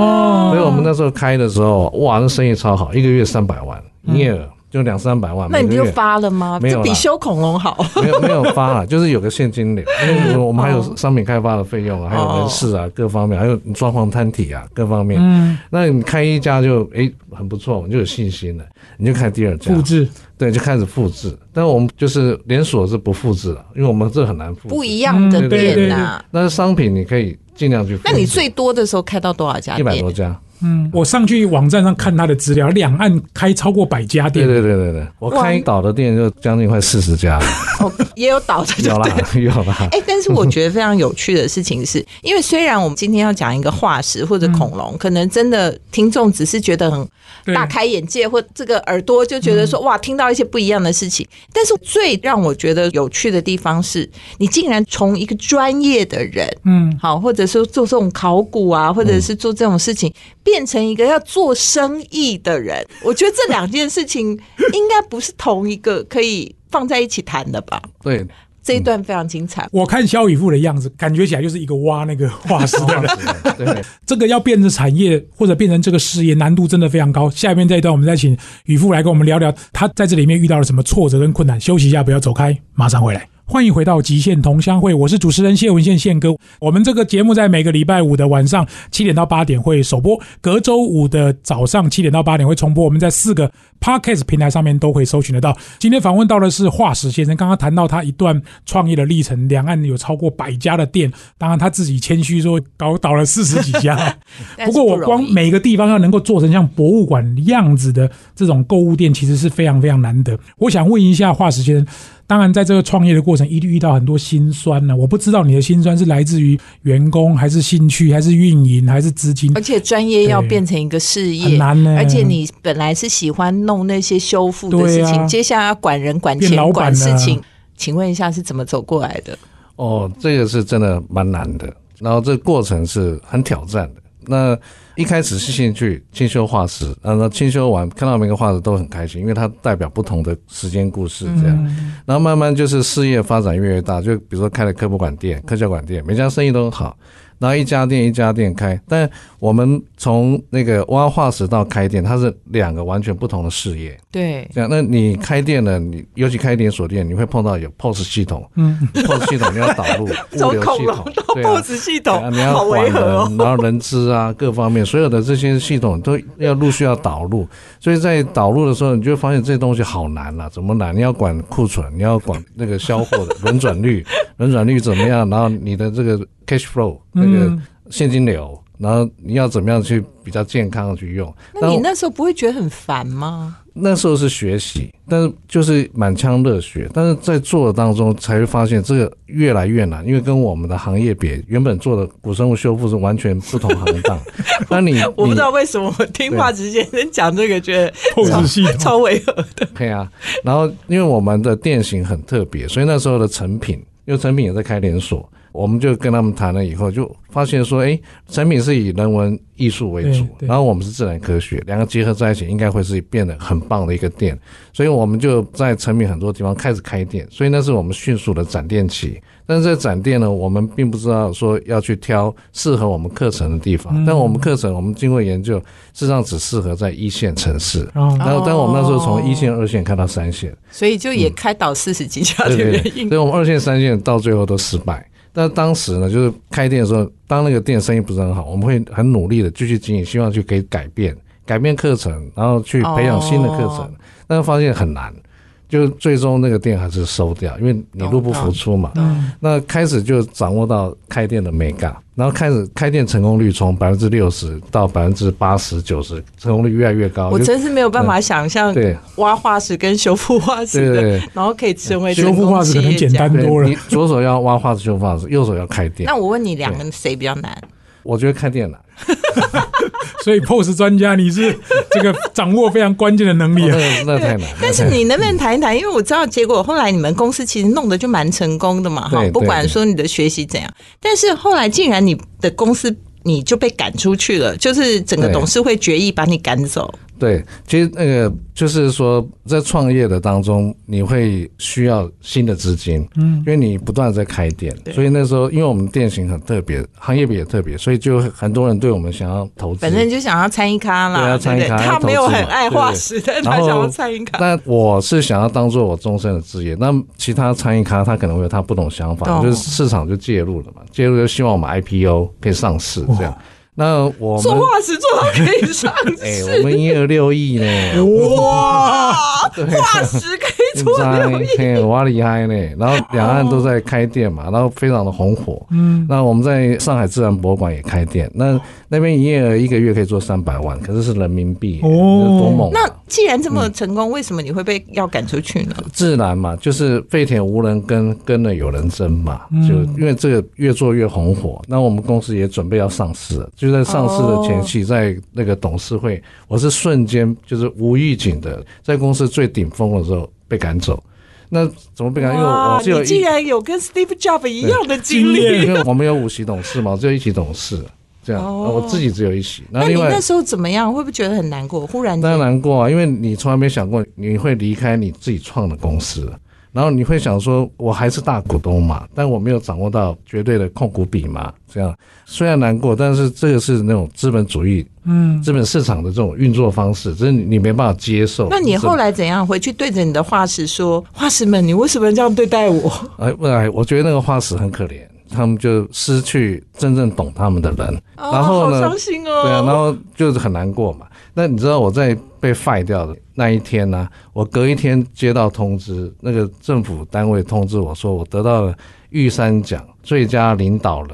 Speaker 3: 嗯
Speaker 2: 啊
Speaker 4: 所以我们那时候开的时候，哇，那生意超好，一个月三百万营业额。就两三百万。
Speaker 2: 那你不
Speaker 4: 每
Speaker 2: 就
Speaker 4: 个月
Speaker 2: 发了吗？
Speaker 4: 没有
Speaker 2: 这
Speaker 4: 啦
Speaker 2: 比修恐龙好。
Speaker 4: 没有没有发了，就是有个现金流，因为我们还有
Speaker 2: 哦
Speaker 4: 商品开发的费用啊，还有人事啊，各方面，还有装潢摊体啊，各方面。
Speaker 3: 嗯，
Speaker 4: 那你开一家就诶很不错，我们就有信心了，你就开第二家
Speaker 3: 复，制
Speaker 4: 对，就开始复制。但我们就是连锁是不复制了，因为我们这很难复制。
Speaker 2: 不一样的
Speaker 4: 嗯对
Speaker 2: 店
Speaker 3: 对
Speaker 2: 呐、
Speaker 4: 但是商品你可以尽量去复制。
Speaker 2: 那你最多的时候开到多少家
Speaker 4: 一百
Speaker 2: 店
Speaker 4: 多？家？
Speaker 3: 嗯，我上去网站上看他的资料，两岸开超过百家
Speaker 4: 对
Speaker 3: 店，
Speaker 4: 对对对对，我
Speaker 2: 哇
Speaker 4: 开岛的店就将近快四十家了，
Speaker 2: 哦，也有倒的，
Speaker 4: 有啦有啦。
Speaker 2: 哎、但是我觉得非常有趣的事情是，因为虽然我们今天要讲一个化石或者恐龙，可能真的听众只是觉得很
Speaker 3: 对
Speaker 2: 大开眼界，或这个耳朵就觉得说、哇，听到一些不一样的事情。但是最让我觉得有趣的地方是，你竟然从一个专业的人，
Speaker 3: 嗯，
Speaker 2: 好，或者说做这种考古啊，或者是做这种事情，变成一个要做生意的人。我觉得这两件事情应该不是同一个可以放在一起谈的吧？
Speaker 4: 对，
Speaker 2: 这一段非常精彩。
Speaker 3: 我看萧雨富的样子，感觉起来就是一个挖那个化石
Speaker 4: <laughs>
Speaker 3: 的人。
Speaker 4: 对，
Speaker 3: 这个要变成产业或者变成这个事业，难度真的非常高。下面这一段，我们再请宇富来跟我们聊聊他在这里面遇到了什么挫折跟困难。休息一下，不要走开，马上回来。欢迎回到《极限同乡会》，我是主持人谢文宪宪哥。我们这个节目在每个礼拜五的晚上七点到八点会首播，隔周五的早上七点到八点会重播。我们在四个 podcast 平台上面都可以搜寻得到。今天访问到的是化石先生，刚刚谈到他一段创业的历程，两岸有超过百家的店，当然他自己谦虚说搞倒了四十几家。
Speaker 2: <laughs>
Speaker 3: <laughs>
Speaker 2: 但
Speaker 3: 不
Speaker 2: 是
Speaker 3: 过我
Speaker 2: 容
Speaker 3: 光
Speaker 2: 易
Speaker 3: 每个地方要能够做成像博物馆样子的这种购物店，其实是非常非常难得。我想问一下化石先生，当然在这个创业的过程，一定遇到很多辛酸呢、我不知道你的辛酸是来自于员工，还是兴趣，还是运营，还是资金
Speaker 2: 而，且专业要
Speaker 3: 对
Speaker 2: 变成一个事
Speaker 3: 很
Speaker 2: 业，
Speaker 3: 难呢、
Speaker 2: 而且你本来是喜欢弄那些修复的
Speaker 3: 对
Speaker 2: 事情，
Speaker 3: 啊
Speaker 2: 接下来要管人、管
Speaker 3: 变老
Speaker 2: 钱、
Speaker 3: 板啊
Speaker 2: 管
Speaker 3: 了
Speaker 2: 事情，请问一下是怎么走过来的？
Speaker 4: 哦，这个是真的蛮难的，然后这个过程是很挑战的。那一开始是兴趣清修化石，然后清修完看到每个化石都很开心，因为它代表不同的时间故事这样。然后慢慢就是事业发展越来越大，就比如说开了科普馆店、科教馆店，每家生意都很好，然后一家店一家店开。但我们从那个挖化石到开店，它是两个完全不同的事业。
Speaker 2: 对，
Speaker 4: 这样，那你开店了，你尤其开连锁店，你会碰到有 POS 系统，嗯，POS 系统你要导
Speaker 2: <laughs>
Speaker 4: 入物流系统，对啊，
Speaker 2: 系
Speaker 4: 对啊你要管人，。
Speaker 2: 哦
Speaker 4: 然后人资啊，各方面所有的这些系统都要陆续要导入，所以在导入的时候，你就会发现这东西好难了、怎么难？你要管库存，你要管那个销货的轮
Speaker 2: <laughs>
Speaker 4: 转率，轮转率怎么样？然后你的这个 cash flow 那个
Speaker 3: 嗯
Speaker 4: 现金流，然后你要怎么样去比较健康的去用？
Speaker 2: 那你那时候不会觉得很烦吗？
Speaker 4: 那时候是学习，但是就是满腔热血，但是在做的当中才会发现这个越来越难，因为跟我们的行业比，原本做的古生物修复是完全不同行当。那你
Speaker 2: 我不知
Speaker 4: 你
Speaker 2: 道为什么我听
Speaker 4: 对
Speaker 2: 华子先生讲这个，觉得
Speaker 3: 透支系统。
Speaker 2: 超违和。
Speaker 4: <laughs> 对啊，然后因为我们的店型很特别，所以那时候的成品，因为成品也在开连锁，我们就跟他们谈了以后，就发现说，哎，成品是以人文艺术为主
Speaker 3: 对，对
Speaker 4: 然后我们是自然科学，两个结合在一起，应该会是变得很棒的一个店。所以我们就在成品很多地方开始开店，所以那是我们迅速的展店
Speaker 3: 嗯
Speaker 4: 期。但是在展店呢，我们并不知道说要去挑适合我们课程的地方，但我们课程我们经过研究，事实上只适合在一线城市。
Speaker 3: 啊，
Speaker 4: 然后，但我们那时候从一线、二线开到三线，
Speaker 2: 所以就也开导四十几家的
Speaker 4: 嗯对
Speaker 2: 原
Speaker 4: 啊对对，
Speaker 2: 因
Speaker 4: 所以我们二线、三线到最后都失败。但当时呢，就是开店的时候，当那个店生意不是很好，我们会很努力的继续经营，希望去给改变、改变课程，然后去培养新的课程，
Speaker 2: 哦
Speaker 4: 但是发现很难，就最终那个店还是收掉，因为你入不敷出嘛。那开始就掌握到开店的美感，然后开始开店成功率从百分之六十到百分之八十、九十，成功率越来越高。
Speaker 2: 我
Speaker 4: 就
Speaker 2: 真是没有办法想象
Speaker 4: 对
Speaker 2: 挖化石跟修复化石
Speaker 4: 对
Speaker 2: 的
Speaker 4: 对对，
Speaker 2: 然后可以成为
Speaker 3: 修
Speaker 2: 成
Speaker 3: 复
Speaker 2: 功
Speaker 3: 化石可能
Speaker 2: 企业
Speaker 3: 简
Speaker 2: 家
Speaker 3: 单
Speaker 4: 对
Speaker 3: 多了
Speaker 4: 你左手要挖花式修发饰，右手要开店
Speaker 2: 那。我问你，两个谁比较
Speaker 4: <laughs>
Speaker 2: 难？
Speaker 4: 我觉得开店难，
Speaker 3: 所以 POS 专家，你是这个掌握非常关键的能力
Speaker 4: 那 <laughs>
Speaker 3: 啊。
Speaker 4: 个那太难。
Speaker 2: 但是你能不能谈一谈？因为我知道结果后来你们公司其实弄得就蛮成功的嘛，哈
Speaker 4: 对，
Speaker 2: 不
Speaker 4: 对
Speaker 2: 管
Speaker 4: 对
Speaker 2: 说你的学习怎样，但是后来竟然你的公司你就被赶出去了，就是整个
Speaker 4: 对
Speaker 2: 董事会决议把你赶走。
Speaker 4: 对对，其实那个就是说，在创业的当中，你会需要新的资金，嗯，因为你不断地在开店，所以那时候因为我们店型很特别，行业也特别，所以就很多人对我们想要投资。
Speaker 2: 反正就想要参一咖啦，
Speaker 4: 对啊参一咖
Speaker 2: 不
Speaker 4: 要
Speaker 2: 他
Speaker 4: 投
Speaker 2: 没有
Speaker 4: 资
Speaker 2: 很
Speaker 4: 嘛
Speaker 2: 爱
Speaker 4: 对
Speaker 2: 化石，但他
Speaker 4: 然后
Speaker 2: 想要参一咖。
Speaker 4: 那我是想要当做我终身的职业，那其他餐饮咖他可能会有他不懂想法，
Speaker 2: 懂
Speaker 4: 就是市场就介入了嘛，介入就希望我们 IPO 可以上市这样。那我们
Speaker 2: 做化石做到可以上
Speaker 4: <laughs> 哎、
Speaker 2: 市，
Speaker 4: 我们营业额六
Speaker 2: <laughs>
Speaker 4: 亿呢，
Speaker 2: 哇，
Speaker 4: <laughs>
Speaker 2: 化石可以做六亿，
Speaker 4: 嘿，哇厉害呢！然后两岸都在开店
Speaker 2: 哦
Speaker 4: 嘛，然后非常的红火。嗯，那我们在上海自然博物馆也开店，那那边营业额一个月可以做三百万，可是是人民币，
Speaker 3: 哦
Speaker 4: 你说多猛、啊！
Speaker 2: 那既然这么成功，为什么你会被要赶出去呢？
Speaker 4: 自然嘛，就是废铁无人耕，耕了有人争嘛。
Speaker 2: 嗯
Speaker 4: 就因为这个越做越红火，那我们公司也准备要上市了，就在上市的前期，在那个董事会，我是瞬间就是无预警的，在公司最顶峰的时候被赶走。那怎么被啊赶？因为我
Speaker 2: 哇，
Speaker 4: 我只有
Speaker 2: 你
Speaker 4: 一
Speaker 2: 竟然有跟 Steve Jobs 一样的经
Speaker 3: 经
Speaker 4: <laughs>
Speaker 2: 历
Speaker 3: 验。
Speaker 4: 因为我们有五席董事嘛，我只有一席董事，这样、啊
Speaker 2: 哦
Speaker 4: 我自己只有一席。
Speaker 2: 那
Speaker 4: 那
Speaker 2: 你
Speaker 4: 另外
Speaker 2: 那时候怎么样？会不会觉得很难过？忽然
Speaker 4: 当
Speaker 2: 间，
Speaker 4: 然难过啊，因为你从来没想过你会离开你自己创的公司，然后你会想说，我还是大股东嘛，但我没有掌握到绝对的控股比嘛，这样虽然难过，但是这个是那种资本主义、
Speaker 3: 嗯，
Speaker 4: 资本市场的这种运作方式，只是你你没办法接受。
Speaker 2: 那你后
Speaker 4: 来，
Speaker 2: 来怎样回去对着你的化石说：“化石们，你为什么这样对待我
Speaker 4: 哎，不哎，我觉得那个化石很可怜，他们就失去真正懂他们的人，？”
Speaker 2: 哦
Speaker 4: 然后
Speaker 2: 好
Speaker 4: 呢
Speaker 2: 伤，心哦。
Speaker 4: 对啊，然后就是很难过嘛。那你知道我在被 fire 掉的那一天呢、我隔一天接到通知，那个政府单位通知我说，我得到了玉山奖最佳领导人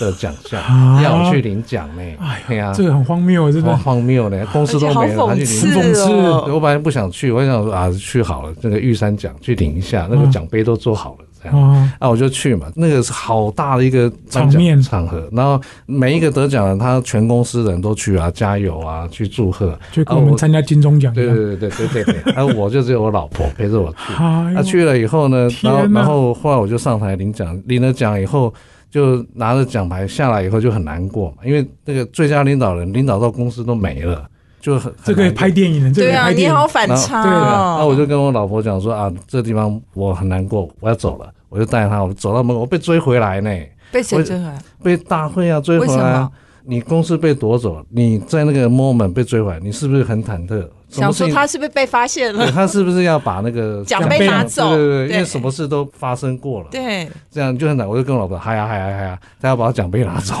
Speaker 4: 的奖项，要我去领奖呢。哎呀，
Speaker 3: 这个很荒谬，啊真
Speaker 4: 好
Speaker 3: 的。
Speaker 4: 荒谬呢，公司
Speaker 2: 而且
Speaker 4: 都
Speaker 2: 好
Speaker 4: 没了，他去
Speaker 2: 讽
Speaker 4: 领
Speaker 2: 刺
Speaker 4: 对
Speaker 2: 哦！
Speaker 4: 我本来不想去，我想说啊，去好了，这个玉山奖去领一下，那个
Speaker 3: 嗯
Speaker 4: 奖杯都做好了，这样。
Speaker 3: 啊，
Speaker 4: 啊，我就去嘛，那个是好大的一个颁奖
Speaker 3: 场面
Speaker 4: 场合，然后每一个得奖人，他全公司人都去啊，加油啊，去祝贺，
Speaker 3: 就跟
Speaker 4: 啊
Speaker 3: 我们参加金钟奖一
Speaker 4: 对
Speaker 3: 样。
Speaker 4: 对对对对 <laughs> 对，然后我就只有我老婆陪啊着我去，
Speaker 3: 哎
Speaker 4: 他、
Speaker 3: 呦
Speaker 4: 去了以后呢，然后
Speaker 3: 天哪
Speaker 4: 然后后来我就上台领奖，领了奖以后就拿着奖牌下来以后就很难过嘛，因为那个最佳领导人领导到公司都没了，就很
Speaker 3: 这个拍。电影了，这个
Speaker 2: 对
Speaker 3: 也
Speaker 2: 啊，
Speaker 3: 拍
Speaker 2: 你
Speaker 3: 电影
Speaker 2: 好反
Speaker 3: 然
Speaker 2: 差
Speaker 3: 后对
Speaker 4: 那、啊、
Speaker 2: 哦！
Speaker 4: 我就跟我老婆讲说啊，这地方我很难过，我要走了，我就带她，我走到门口，我被追回来呢。
Speaker 2: 被谁
Speaker 4: 我
Speaker 2: 追回来？
Speaker 4: 被大会啊追回
Speaker 2: 为什
Speaker 4: 来啊
Speaker 2: 么？，
Speaker 4: 你公司被夺走，你在那个 moment 被追回来，你是不是很忐忑？什么
Speaker 2: 想
Speaker 4: 事
Speaker 2: 说
Speaker 4: 情
Speaker 2: 他是不是被发现
Speaker 4: 对
Speaker 2: 了？
Speaker 4: 他是不是要把那个
Speaker 2: 奖
Speaker 3: 杯
Speaker 4: 杯
Speaker 3: 拿
Speaker 2: 走
Speaker 4: 对对对，因为
Speaker 2: 对
Speaker 4: 什么事都发生过了，
Speaker 2: 对，
Speaker 4: 这样就很难。我就跟我老婆嗨呀嗨呀嗨呀，他要把我奖杯拿
Speaker 2: <laughs>
Speaker 4: 走。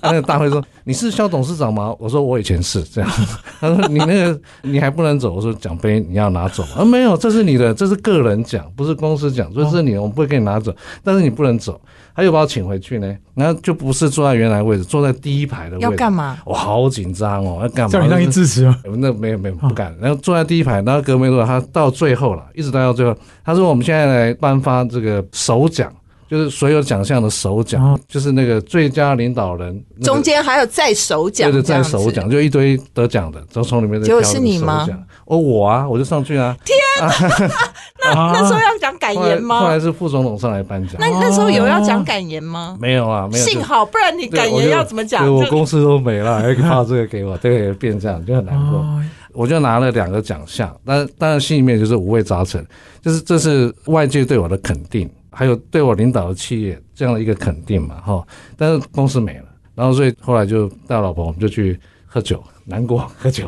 Speaker 4: 那个大会说你是肖董事长吗？我说我以前是这样。 <laughs> 他说你那个你还不能走，我说奖杯你要拿走吗。啊，没有，这是你的，这是个人奖，不是公司
Speaker 2: 哦
Speaker 4: 奖，这是你的，我们不会给你拿走，但是你不能走。他又把我请回去呢，然后就不是坐在原来位置，坐在第一排的位置。
Speaker 2: 要干嘛？
Speaker 4: 我好紧张哦，要干嘛？
Speaker 3: 叫你让你支持吗？
Speaker 4: 那没有没有不敢，然后坐在第一排，然后隔没多久，他到最后了，一直待到最后。他说我们现在来颁发这个首奖，就是所有奖项的首奖，
Speaker 3: 哦
Speaker 4: 就是那个最佳领导人、那个
Speaker 2: 中间还有在手奖，
Speaker 4: 对对，
Speaker 2: 这
Speaker 4: 在
Speaker 2: 样子
Speaker 4: 首奖就一堆得奖的，都从里面
Speaker 2: 结果
Speaker 4: 挑
Speaker 2: 是
Speaker 4: 那个
Speaker 2: 你吗
Speaker 4: 首奖？哦，我啊，我就上去啊。
Speaker 3: 啊
Speaker 2: 那时候要讲感
Speaker 4: 后来
Speaker 2: 言
Speaker 4: 啊后来
Speaker 2: 吗？
Speaker 4: 是副总统上来颁奖
Speaker 2: 那，那时候有要讲感言吗？
Speaker 4: 没有啊，没有。就
Speaker 2: 幸好，不然你
Speaker 4: 对
Speaker 2: 感
Speaker 4: 我
Speaker 2: 言
Speaker 4: 就
Speaker 2: 要怎么讲？
Speaker 4: 对我
Speaker 2: 就
Speaker 4: 公司都没了，还发这个给我， <laughs> 对，变这样就很难过。
Speaker 3: 啊，
Speaker 4: 我就拿了两个奖项，但当然心里面就是五味杂陈，就是这是外界对我的肯定，还有对我领导的企业这样的一个肯定嘛，哈。但是公司没了，然后所以后来就带我老婆，我们就去喝酒，难过喝酒，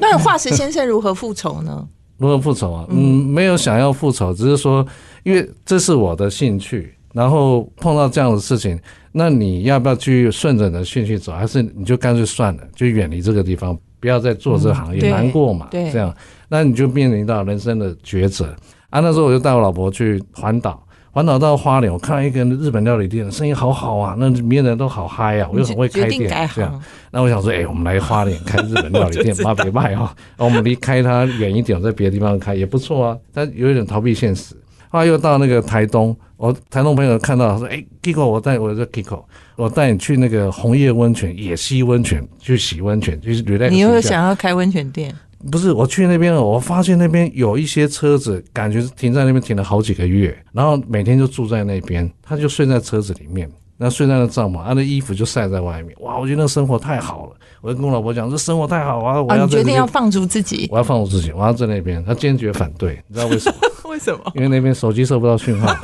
Speaker 2: 那化石先生如何复仇呢？
Speaker 4: 如何复仇啊？嗯，没有想要复仇，只是说因为这是我的兴趣，然后碰到这样的事情，那你要不要去顺着你的兴趣走，还是你就干脆算了，就远离这个地方，不要再做这个行
Speaker 2: 嗯
Speaker 4: 业，
Speaker 2: 对
Speaker 4: 难过嘛？
Speaker 2: 对
Speaker 4: 这样，那你就面临到人生的抉择啊。那时候我就带我老婆去环岛。环岛到花莲，我看到一个日本料理店，生意好好啊，那里面的人都好嗨 <laughs> 啊，我就很会
Speaker 2: 决
Speaker 4: 开
Speaker 2: 定
Speaker 4: 店
Speaker 2: 改，
Speaker 4: 这样。
Speaker 2: 行，
Speaker 4: 那我想说，哎、我们来花莲开日本料理店，妈别卖哦。那我们离开它远一点，在别的地方开也不错啊。但有一点逃避现实。后来又到那个台东，我台东朋友看到说，哎、k i k o 我带我说 Kiko，我带你去那个红叶温泉、野溪温泉去洗温泉，就是 relax
Speaker 2: 你又
Speaker 4: 一下。
Speaker 2: 想要开温泉店？
Speaker 4: 不是，我去那边了，我发现那边有一些车子，感觉是停在那边停了好几个月，然后每天就住在那边，啊他就睡在车子里面，那睡在那帐篷，他的衣服就晒在外面，哇，我觉得那生活太好了。我就跟我老婆讲，这生活太好啊，我
Speaker 2: 啊，
Speaker 4: 要
Speaker 2: 你决
Speaker 4: 在那
Speaker 2: 定
Speaker 4: 边
Speaker 2: 要放逐自己，
Speaker 4: 我要放我自己，我要在那边。她坚决反对，你知道为什么？
Speaker 2: <laughs> 为什么？
Speaker 4: 因为那边手机收不到讯
Speaker 2: <laughs>
Speaker 4: 号，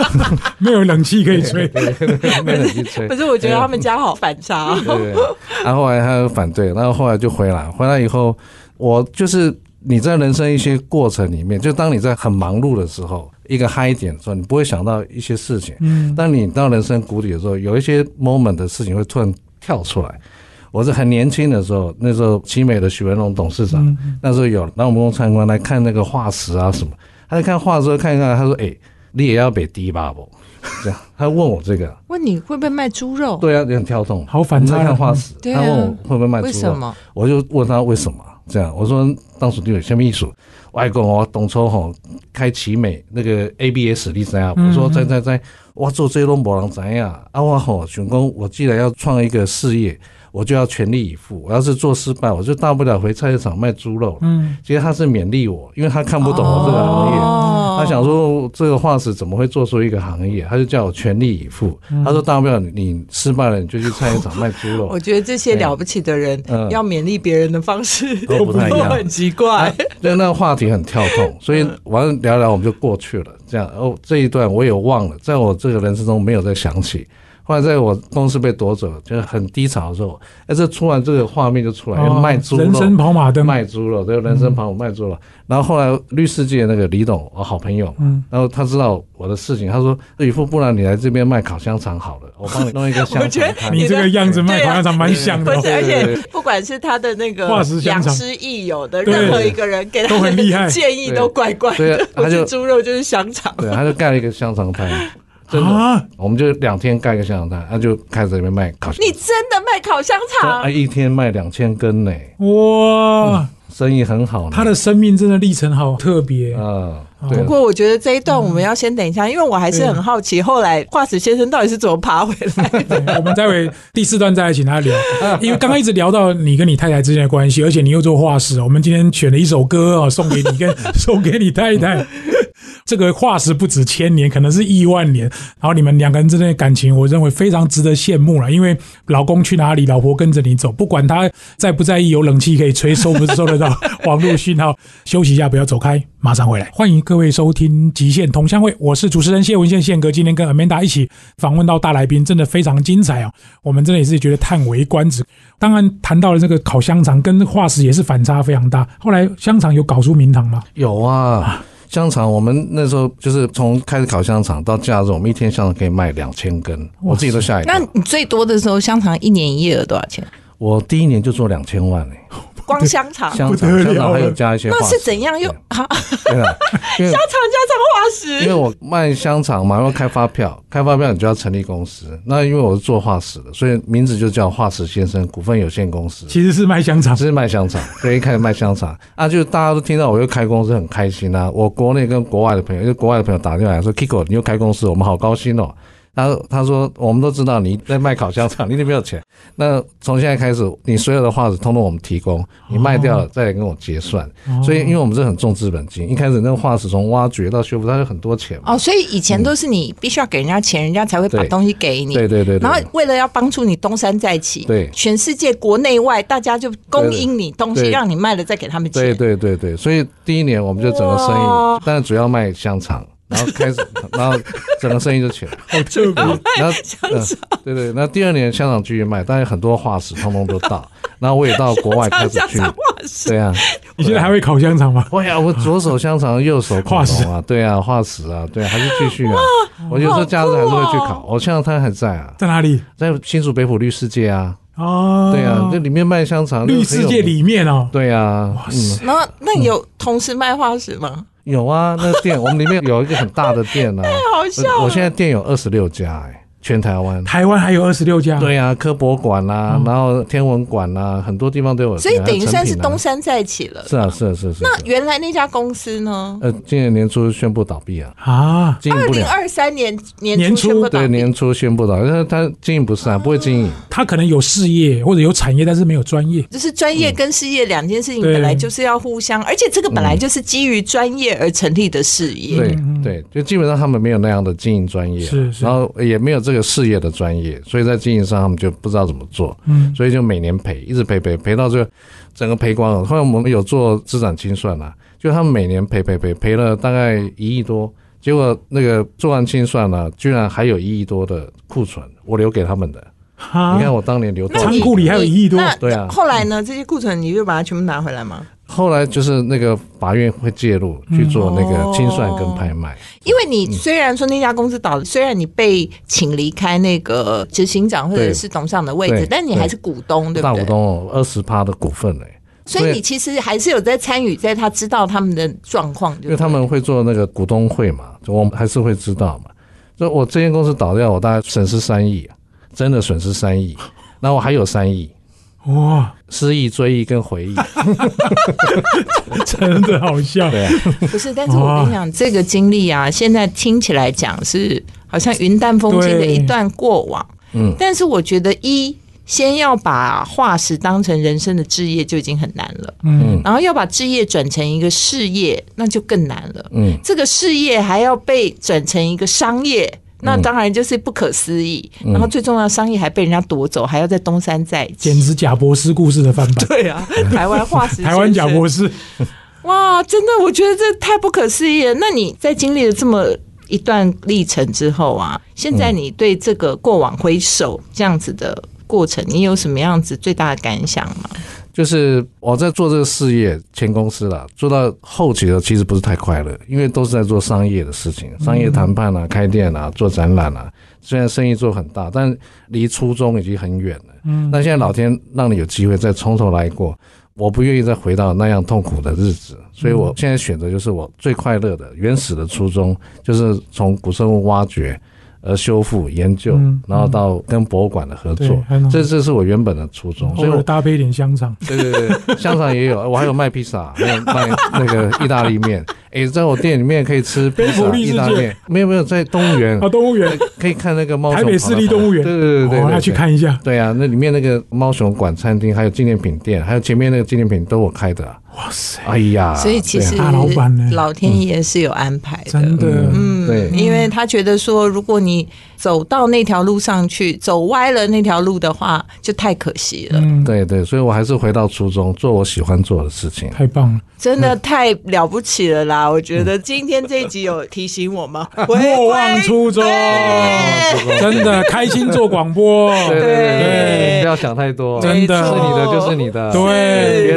Speaker 3: 没有冷气可以吹，
Speaker 4: 没冷气吹。
Speaker 2: 可是我觉得他们家好反差哦、
Speaker 4: 对对对，然后后来他又反对，然后后来就回来，回来以后，我就是你在人生一些过程里面，就当你在很忙碌的时候，一个嗨点的时候，你不会想到一些事情，
Speaker 3: 嗯，
Speaker 4: 当你到人生谷底的时候，有一些 moment 的事情会突然跳出来。我是很年轻的时候，那时候奇美的许文龙董事长，那时候有让我们公司参观来看那个化石啊什么。他在看化石的时候看一看，他说：“哎、你也要被低吧不？”这样，他问我这个，
Speaker 2: 问你会不会卖猪肉？
Speaker 4: 对啊，有点跳动。
Speaker 3: 好反差嗯
Speaker 4: 我们在看化石，
Speaker 2: 对
Speaker 4: 他
Speaker 2: 啊
Speaker 4: 问我会不会卖猪
Speaker 2: 为
Speaker 4: 肉，
Speaker 2: 什么？
Speaker 4: 我就问他为什么这样，我说当时就有什么意思？外公哦，当初吼开奇美那个 ABS 你知啊？
Speaker 3: 嗯
Speaker 4: 我说在在在，我做这拢无人知影啊！我吼想讲，我既然要创一个事业，我就要全力以赴。我要是做失败，我就大不了回菜市场卖猪肉。
Speaker 3: 嗯，
Speaker 4: 其实他是勉励我，因为他看不懂我这个行业。
Speaker 2: 哦
Speaker 4: 他想说这个化石怎么会做出一个行业？他就叫我全力以赴。
Speaker 3: 嗯
Speaker 4: 他说大不了你你失败了，你就去菜市
Speaker 3: <laughs>
Speaker 4: 场卖猪肉
Speaker 2: 我。觉得这些了不起的人，
Speaker 4: 嗯
Speaker 2: 要勉励别人的方式
Speaker 4: 都不太
Speaker 2: <laughs>
Speaker 4: 一样哎
Speaker 2: 很奇怪。
Speaker 4: 对，那个话题很跳动，所以完了聊聊我们就过去了。这样哦，这一段我也忘了，在我这个人生中没有再想起。后来在我公司被夺走，就是很低潮的时候，哎，这突然这个画面就出来，
Speaker 3: 哦
Speaker 4: 卖猪肉，
Speaker 3: 人生跑马灯，
Speaker 4: 卖猪
Speaker 2: 嗯
Speaker 4: 肉，对，人生旁我卖猪肉。然后后来律师界那个李董，哦我好朋友，
Speaker 3: 嗯，
Speaker 4: 然后他知道我的事情，他说：“宇富，不然你来这边卖烤香肠好
Speaker 2: <laughs>
Speaker 4: 了，我帮你弄一个香
Speaker 2: 我觉
Speaker 4: 肠
Speaker 2: 得
Speaker 4: 摊。”
Speaker 3: 你这个样子卖
Speaker 2: 对
Speaker 3: 好
Speaker 2: 啊
Speaker 3: 像蛮像的
Speaker 2: 不
Speaker 3: 哦，
Speaker 2: 是，而
Speaker 4: 对
Speaker 2: 且
Speaker 4: 对
Speaker 2: 不管是他的那个
Speaker 3: 化石香
Speaker 2: 良
Speaker 3: 肠
Speaker 2: 师益友的
Speaker 3: 对
Speaker 2: 任何一个人给他
Speaker 3: 都很厉害
Speaker 2: 的建议都怪怪
Speaker 4: 对对
Speaker 2: 的
Speaker 4: 啊，他
Speaker 2: 不
Speaker 4: 就是
Speaker 2: 猪肉就是香肠。
Speaker 4: 对，他就盖了一个香肠摊，
Speaker 2: <laughs>
Speaker 4: 真的，
Speaker 3: 啊，
Speaker 4: 我们就两天盖一个香肠摊，他就开始在那边卖烤香
Speaker 2: 你真的卖烤香
Speaker 4: 肠，
Speaker 2: 肠
Speaker 4: 啊，？一天卖两千根呢，
Speaker 3: 哇，
Speaker 4: 生意很好呢。
Speaker 3: 他的生命真的历程好特别，
Speaker 4: 啊，
Speaker 2: 不
Speaker 4: 对，
Speaker 2: 过我觉得这一段我们要先等一下，因为我还是很好奇，后来化石先生到底是怎么爬回来？
Speaker 3: 对我们待会第四段再来请他
Speaker 4: <laughs>
Speaker 3: 聊，因为刚刚一直聊到你跟你太太之间的关系，而且你又做画哦室，我们今天选了一首歌啊，送给你跟 <laughs> 送给你太太。这个化石不止千年，可能是亿万年。然后你们两个人之间的感情，我认为非常值得羡慕了。因为老公去哪里，老婆跟着你走，不管他在不在意有冷气可以吹，收不收得到网络讯号。休息一下，不要走开，马上回来。 <laughs> 欢迎各位收听《极限同乡会》，我是主持人谢文宪宪哥。今天跟 Amanda 一起访问到大来宾，真的非常精彩哦。我们真的也是觉得叹为观止。当然，谈到了这个烤香肠跟化石也是反差非常大。后来香肠有搞出名堂吗？
Speaker 4: 有啊。香肠，我们那时候就是从开始烤香肠到假日，我们一天香肠可以卖两千根，我自己都吓一
Speaker 2: <laughs>
Speaker 4: 跳
Speaker 2: 那。你最多的时候香肠一年营业额多少钱？
Speaker 4: 我第一年就做两千万嘞、
Speaker 2: 光香肠
Speaker 4: 香
Speaker 3: 不
Speaker 4: 肠
Speaker 3: 得了
Speaker 4: 香肠还有加一些化石，
Speaker 2: 啊那是怎样用？啊 <laughs>
Speaker 4: 对对啊，因为
Speaker 2: 香肠加上化
Speaker 4: 因为
Speaker 2: 石，
Speaker 4: 我卖香肠嘛，要开发票，开发票你就要成立公司。那因为我是做化石的，所以名字就叫化石先生股份有限公司。
Speaker 3: 其实是卖
Speaker 4: <laughs>
Speaker 3: 香肠。
Speaker 4: 只是卖香肠，对，一开始卖香肠啊，就大家都听到我又开公司，很开心啊。我国内跟国外的朋友，就国外的朋友打电话来说，Kiko 你又开公司，我们好高兴哦。他他说我们都知道你在卖烤香肠，你那边有钱，那从现在开始，你所有的画纸通通我们提供，你卖掉
Speaker 2: 哦
Speaker 4: 了再来跟我结算。所以因为我们是很重资本金，一开始那个画纸从挖掘到修复，它有很多钱嘛。
Speaker 2: 哦，所以以前都是你必须要给人家钱，人家才会把
Speaker 4: 嗯对
Speaker 2: 东西给你。
Speaker 4: 对对对对。
Speaker 2: 然后为了要帮助你东山再起，
Speaker 4: 对
Speaker 2: 全世界国内外大家就供应你东西，
Speaker 4: 对
Speaker 2: 让你卖了再给他们钱。
Speaker 4: 对对对对，所以第一年我们就整个生意
Speaker 2: 哇，
Speaker 4: 但是主要卖香肠，然后开始，然后整个生意就起来。
Speaker 3: 好特别，
Speaker 4: <laughs> 然后香肠、呃对对，那第二年香肠继续卖，但是很多化石通通都到， <laughs> 然后我也到国外开始
Speaker 2: 加
Speaker 4: 去
Speaker 2: 上，化石，
Speaker 4: 对啊，
Speaker 3: 你现在还会烤香肠吗？ <laughs>
Speaker 4: 哎呀，我左手香肠，右手恐
Speaker 3: 化石
Speaker 4: <laughs> 龙啊，对啊，化石啊，对啊，还是继续啊，我有时候假日还是会去哦
Speaker 2: 好
Speaker 4: 烤，我香肠摊还在啊，
Speaker 3: 在哪里？
Speaker 4: 在新竹北浦绿世界啊，
Speaker 3: 哦，
Speaker 4: 对啊，这里面卖香肠，
Speaker 3: 绿
Speaker 4: 那个很
Speaker 3: 世
Speaker 4: 有
Speaker 3: 界
Speaker 4: 名，
Speaker 3: 里面哦，
Speaker 4: 对啊，嗯，
Speaker 2: 然后那你有同时卖化石吗？
Speaker 4: 有啊，那店我们里面有一个很大的店 <laughs> 啊，
Speaker 2: 好笑了
Speaker 4: 我我现在店有二十六家哎，全台湾。
Speaker 3: 台湾还有二十六家，，
Speaker 4: 对啊，科博馆啦、然后天文馆啦、很多地方都有。
Speaker 2: 嗯所以等于算是
Speaker 4: 还有
Speaker 2: 东
Speaker 4: 成品
Speaker 2: 山再起了
Speaker 4: 啊。。是啊，是啊，是啊是啊。
Speaker 2: 那原来那家公司呢？
Speaker 4: 呃，今年年初宣布倒闭啊，
Speaker 3: 啊，
Speaker 4: 经营
Speaker 2: 二
Speaker 4: 不
Speaker 2: 零
Speaker 4: 了。
Speaker 2: 二三年
Speaker 3: 年
Speaker 2: 年
Speaker 3: 初
Speaker 2: 初宣布倒
Speaker 4: 对，
Speaker 2: 闭，
Speaker 4: 年初宣布倒闭，但是它经营不善，不会经营。
Speaker 3: 他可能有事业或者有产业，但是没有专业。
Speaker 2: 就是专业跟事业两件事
Speaker 4: 嗯
Speaker 2: 情
Speaker 3: 对
Speaker 2: 本来就是要互相，而且这个本来就是基于专业而成立的事业。
Speaker 4: 对对，就基本上他们没有那样的经营专业
Speaker 3: 嗯
Speaker 4: 啊，
Speaker 3: 是是
Speaker 4: 然后也没有这这个事业的专业，所以在经营上他们就不知道怎么做，
Speaker 3: 嗯
Speaker 4: 所以就每年赔，一直赔赔赔到最后整个赔光了。后来我们有做资产清算啊，就他们每年赔赔赔赔了大概一亿多，结果那个做完清算呢、居然还有一亿多的库存，我留给他们的。
Speaker 3: 哈，
Speaker 4: 你看我当年留多少
Speaker 3: 仓
Speaker 4: 钱
Speaker 3: 库里还有一亿多
Speaker 2: 那
Speaker 4: 对啊
Speaker 2: 后来呢？这些库存你就把它全部拿回来吗？
Speaker 4: 后来就是那个法院会介入去做那
Speaker 3: 嗯哦
Speaker 4: 个清算跟拍卖，
Speaker 2: 因为
Speaker 4: 嗯
Speaker 2: 你虽然说那家公司倒了，虽然你被请离开那个执行长或者
Speaker 4: 对
Speaker 2: 是董事长的位置
Speaker 4: 对，
Speaker 2: 但你还是股东，对
Speaker 4: 大
Speaker 2: 不
Speaker 4: 股
Speaker 2: 对？
Speaker 4: 东二十趴的股份嘞、
Speaker 2: 所以
Speaker 4: 对
Speaker 2: 你其实还是有在参与，在他知道他们的状况，
Speaker 4: 因
Speaker 2: 就
Speaker 4: 为
Speaker 2: 是
Speaker 4: 他们会做那个股东会嘛，就我们还是会知道嘛。所以我这间公司倒掉，我大概损失三亿啊，真的损失三亿，那我还有三亿。
Speaker 3: 哇， <laughs>
Speaker 4: 失忆、追忆跟回忆，
Speaker 3: 真的好笑。
Speaker 4: 对啊，
Speaker 2: 不是。但是我
Speaker 3: 哦
Speaker 2: 跟你讲，这个经历啊，现在听起来讲是好像云淡风轻的
Speaker 3: 对
Speaker 2: 一段过往，
Speaker 4: 嗯，
Speaker 2: 但是我觉得一先要把化石当成人生的置业就已经很难了，
Speaker 3: 嗯
Speaker 2: 然后要把置业转成一个事业，那就更难了。
Speaker 4: 嗯，
Speaker 2: 这个事业还要被转成一个商业，那当然就是不可思议。
Speaker 3: 嗯
Speaker 2: 然后最重要，商业还被人家夺走，还要在东山再
Speaker 3: 简
Speaker 2: 起。
Speaker 3: 直贾博士故事的翻
Speaker 4: <laughs>
Speaker 3: 版，
Speaker 2: 对
Speaker 3: <laughs>
Speaker 2: 啊，台湾化石先
Speaker 3: 嗯
Speaker 2: 生，
Speaker 3: 台湾贾博士，
Speaker 2: 哇，真的，我觉得这太不可思议了。那你在经历了这么一段历程之后啊，现在你对这个过往回首这样子的过程，你有什么样子最大的感想吗？
Speaker 4: 就是我在做这个事业，前公司啦，做到后期的其实不是太快乐，因为都是在做商业的事
Speaker 3: 嗯
Speaker 4: 情，商业谈判啊、开店啊、做展览啊。虽然生意做很大，但离初衷已经很远了。嗯，那现在老天让你有机会再从头来过，我不愿意再回到那样痛苦的日子，所以
Speaker 3: 嗯
Speaker 4: 我现在选择就是我最快乐的原始的初衷，就是从古生物挖掘。而修复、研究
Speaker 3: 嗯，
Speaker 4: 然后到跟博物馆的合
Speaker 3: 对
Speaker 4: 作
Speaker 3: 很好，哦
Speaker 4: 这这是我原本的初衷。所
Speaker 3: 偶
Speaker 4: 以我
Speaker 3: 尔搭配一点香肠，
Speaker 4: 对对对，香肠也有，我还有卖披萨， <laughs> 还有卖那个意大利面。诶，在我店里面可以吃披
Speaker 3: 蝙
Speaker 4: 萨、
Speaker 3: 蝠力世
Speaker 4: 意大利
Speaker 3: 界
Speaker 4: 面，没有没有，在动物园
Speaker 3: 啊，动物
Speaker 4: <laughs>
Speaker 3: 园，
Speaker 4: 可以看那个猫熊
Speaker 3: 台
Speaker 4: 跑来跑
Speaker 3: 北
Speaker 4: 去。
Speaker 3: 市立动物园，
Speaker 4: 哦对对对对
Speaker 3: 哦
Speaker 4: 对，
Speaker 3: 那
Speaker 4: 对
Speaker 3: 去。看一下，
Speaker 4: 对啊，那里面那个猫熊馆餐厅，还有纪念品店，还有前面那个纪念品都我开的啊。
Speaker 3: 哇塞，
Speaker 4: 哎呀，
Speaker 2: 所以其实
Speaker 3: 大啊老板呢
Speaker 2: 老天爷是有安排的。
Speaker 3: 真
Speaker 4: 对啊
Speaker 3: 的，
Speaker 4: 嗯，对，
Speaker 2: 因为他觉得说，如果你走到那条路上去，走歪了那条路的话，就太可惜了。
Speaker 3: 嗯，
Speaker 4: 对对，所以我还是回到初衷，做我喜欢做的事情。
Speaker 3: 太棒了，
Speaker 2: 真的太了不起了啦！我觉得今天这一集有提醒
Speaker 3: <laughs>
Speaker 2: 我们，回归
Speaker 3: 嗯莫忘初衷，真的开心做广播，
Speaker 4: 对对
Speaker 3: 对
Speaker 4: 不要想太多，啊
Speaker 3: 真的
Speaker 4: 是你的就是你的，呃别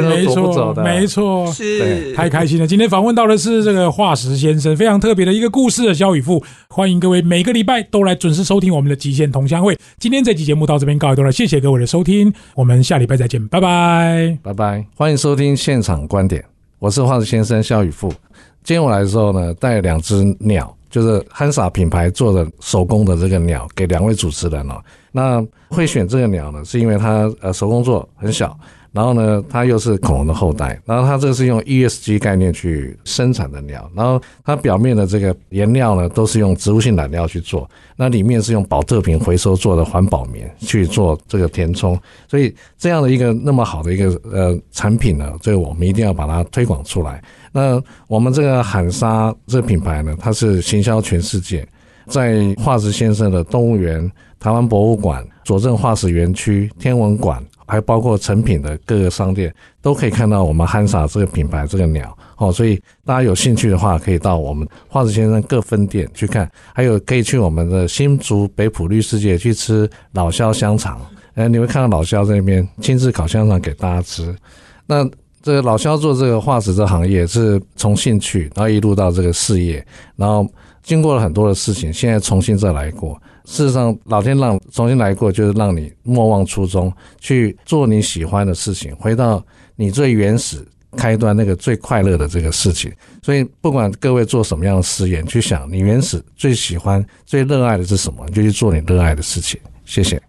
Speaker 3: 对，
Speaker 4: 人
Speaker 3: 没
Speaker 4: 夺不走
Speaker 3: 错，
Speaker 4: 的，啊
Speaker 3: 没错，
Speaker 2: 是
Speaker 3: 太开心了！今天访问到的是这个化石先生，非常特别的一个故事的萧雨富。欢迎各位每个礼拜都来准时收听我们的《极限同乡会》。今天这期节目到这边告一段落，谢谢各位的收听，我们下礼拜再见，拜拜。
Speaker 4: 拜拜，欢迎收听现场观点，我是化石先生肖宇富。今天我来的时候呢，带了两只鸟，就是汉莎品牌做的手工的这个鸟，给两位主持人哦。那会选这个鸟呢，是因为它呃手工做很小，然后呢它又是恐龙的后代，然后它这是用 ESG 概念去生产的鸟，然后它表面的这个颜料呢都是用植物性染料去做，那里面是用保特瓶回收做的环保棉去做这个填充，所以这样的一个那么好的一个呃产品呢，这个我们一定要把它推广出来。那我们这个喊沙这个品牌呢，它是行销全世界，在化石先生的动物园、台湾博物馆、佐证化石园区、天文馆，还包括成品的各个商店，都可以看到我们汉莎这个品牌这个鸟哦。所以大家有兴趣的话，可以到我们化石先生各分店去看，还有可以去我们的新竹北浦绿世界去吃老肖香肠。哎，你会看到老肖这边亲自烤香肠给大家吃。那这个老肖做这个化石这行业是从兴趣，然后一路到这个事业，然后经过了很多的事情，现在重新再来过。事实上，老天让重新来过，就是让你莫忘初衷，去做你喜欢的事情，回到你最原始。开端那个最快乐的这个事情，所以不管各位做什么样的事业，你去想你原始最喜欢、最热爱的是什么，你就去做你热爱的事情。谢谢。